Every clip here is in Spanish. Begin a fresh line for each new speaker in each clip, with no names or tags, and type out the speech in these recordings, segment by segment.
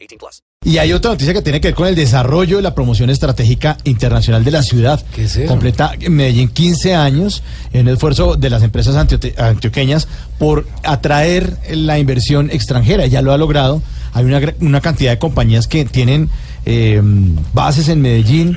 18 plus.
Y hay otra noticia que tiene que ver con el desarrollo de la promoción estratégica internacional de la ciudad.
¿Qué es eso?
Completa Medellín 15 años en un esfuerzo de las empresas antiote- antioqueñas por atraer la inversión extranjera. Ya lo ha logrado. Hay una, gra- una cantidad de compañías que tienen eh, bases en Medellín.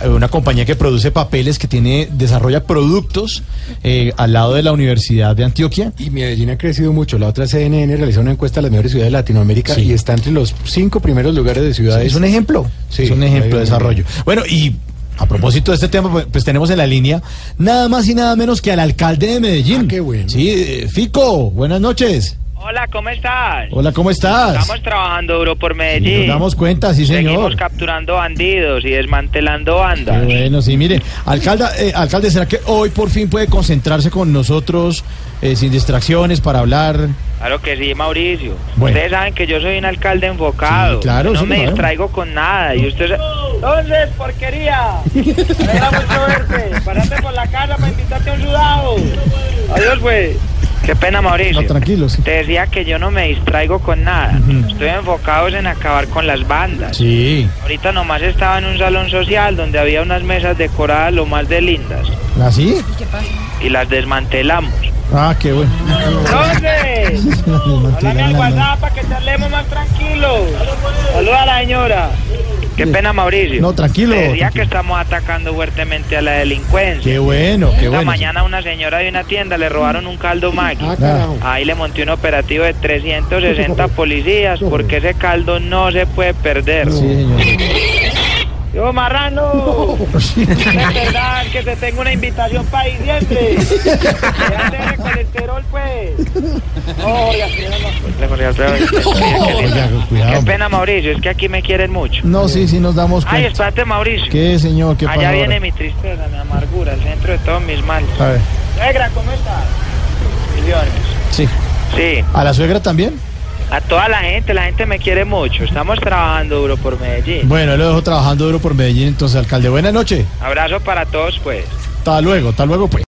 Hay Una compañía que produce papeles, que tiene desarrolla productos eh, al lado de la Universidad de Antioquia.
Y Medellín ha crecido mucho. La otra CNN realizó una encuesta a las mejores ciudades de Latinoamérica
Sí.
y está entre los cinco primeros lugares de ciudades. Ah,
Es un ejemplo.
Sí,
es un ejemplo de
ahí-
desarrollo. Bueno, y a propósito de este tema, pues, pues tenemos en la línea nada más y nada menos que al alcalde de Medellín.
Ah, qué bueno.
Sí, eh, Fico, buenas noches.
Hola, ¿cómo estás?
Hola, ¿cómo estás?
Estamos trabajando duro por Medellín.
Nos damos cuenta, sí,
Seguimos
señor.
capturando bandidos y desmantelando
Qué
bandas.
Bueno, sí, mire, alcalde, alcalde, ¿será que hoy por fin puede concentrarse con nosotros eh, sin distracciones para hablar?
Claro que sí, Mauricio.
Bueno.
Ustedes saben que yo soy un alcalde enfocado.
Sí, claro,
Yo no
eso lo
me
sabemos.
distraigo con nada. Y usted... Entonces, porquería. Me da mucho verte. Parate por la casa para invitarte a un sudado. Adiós, pues. güey. Qué pena, Mauricio.
No, tranquilos.
Te decía que yo no me distraigo con nada. Estoy enfocado en acabar con las bandas.
Sí,
Ahorita nomás estaba en un salón social donde había unas mesas decoradas lo más de lindas
¿así?
y las desmantelamos.
Ah, qué bueno.
¿Dónde? Háblame al WhatsApp para que charlemos más tranquilos. Saluda a la señora. Qué pena, Mauricio.
No, tranquilo,
Te decía
tranquilo.
que estamos atacando fuertemente a la delincuencia.
Qué bueno, qué
Esta
bueno.
mañana a una señora de una tienda le robaron un caldo Maggi.
Ah, carajo.
Ahí le monté un operativo de 360 policías porque ese caldo no se puede perder.
Sí, señor.
Yo, marrano. Es verdad que te tengo una invitación para diciembre. Déjate de colesterol, pues. Oh, Jorge Alfredo, no. Jorge Alfredo,
Oiga,
Qué
cuidado.
pena, Mauricio, es que aquí me quieren mucho.
No, sí, sí, nos damos
Ay,
cuenta.
espérate, Mauricio.
¿Qué, señor? ¿Qué
Allá
palabra?
viene mi tristeza, mi amargura, el centro de todos mis males.
A ver,
Negra, ¿cómo estás? Millones.
sí.
Sí,
¿A la suegra también?
a toda la gente, la gente me quiere mucho. Estamos trabajando duro por Medellín.
Bueno, lo dejo trabajando duro por Medellín, entonces, alcalde. Buenas noches.
Abrazo para todos, pues.
Hasta luego, hasta luego, pues.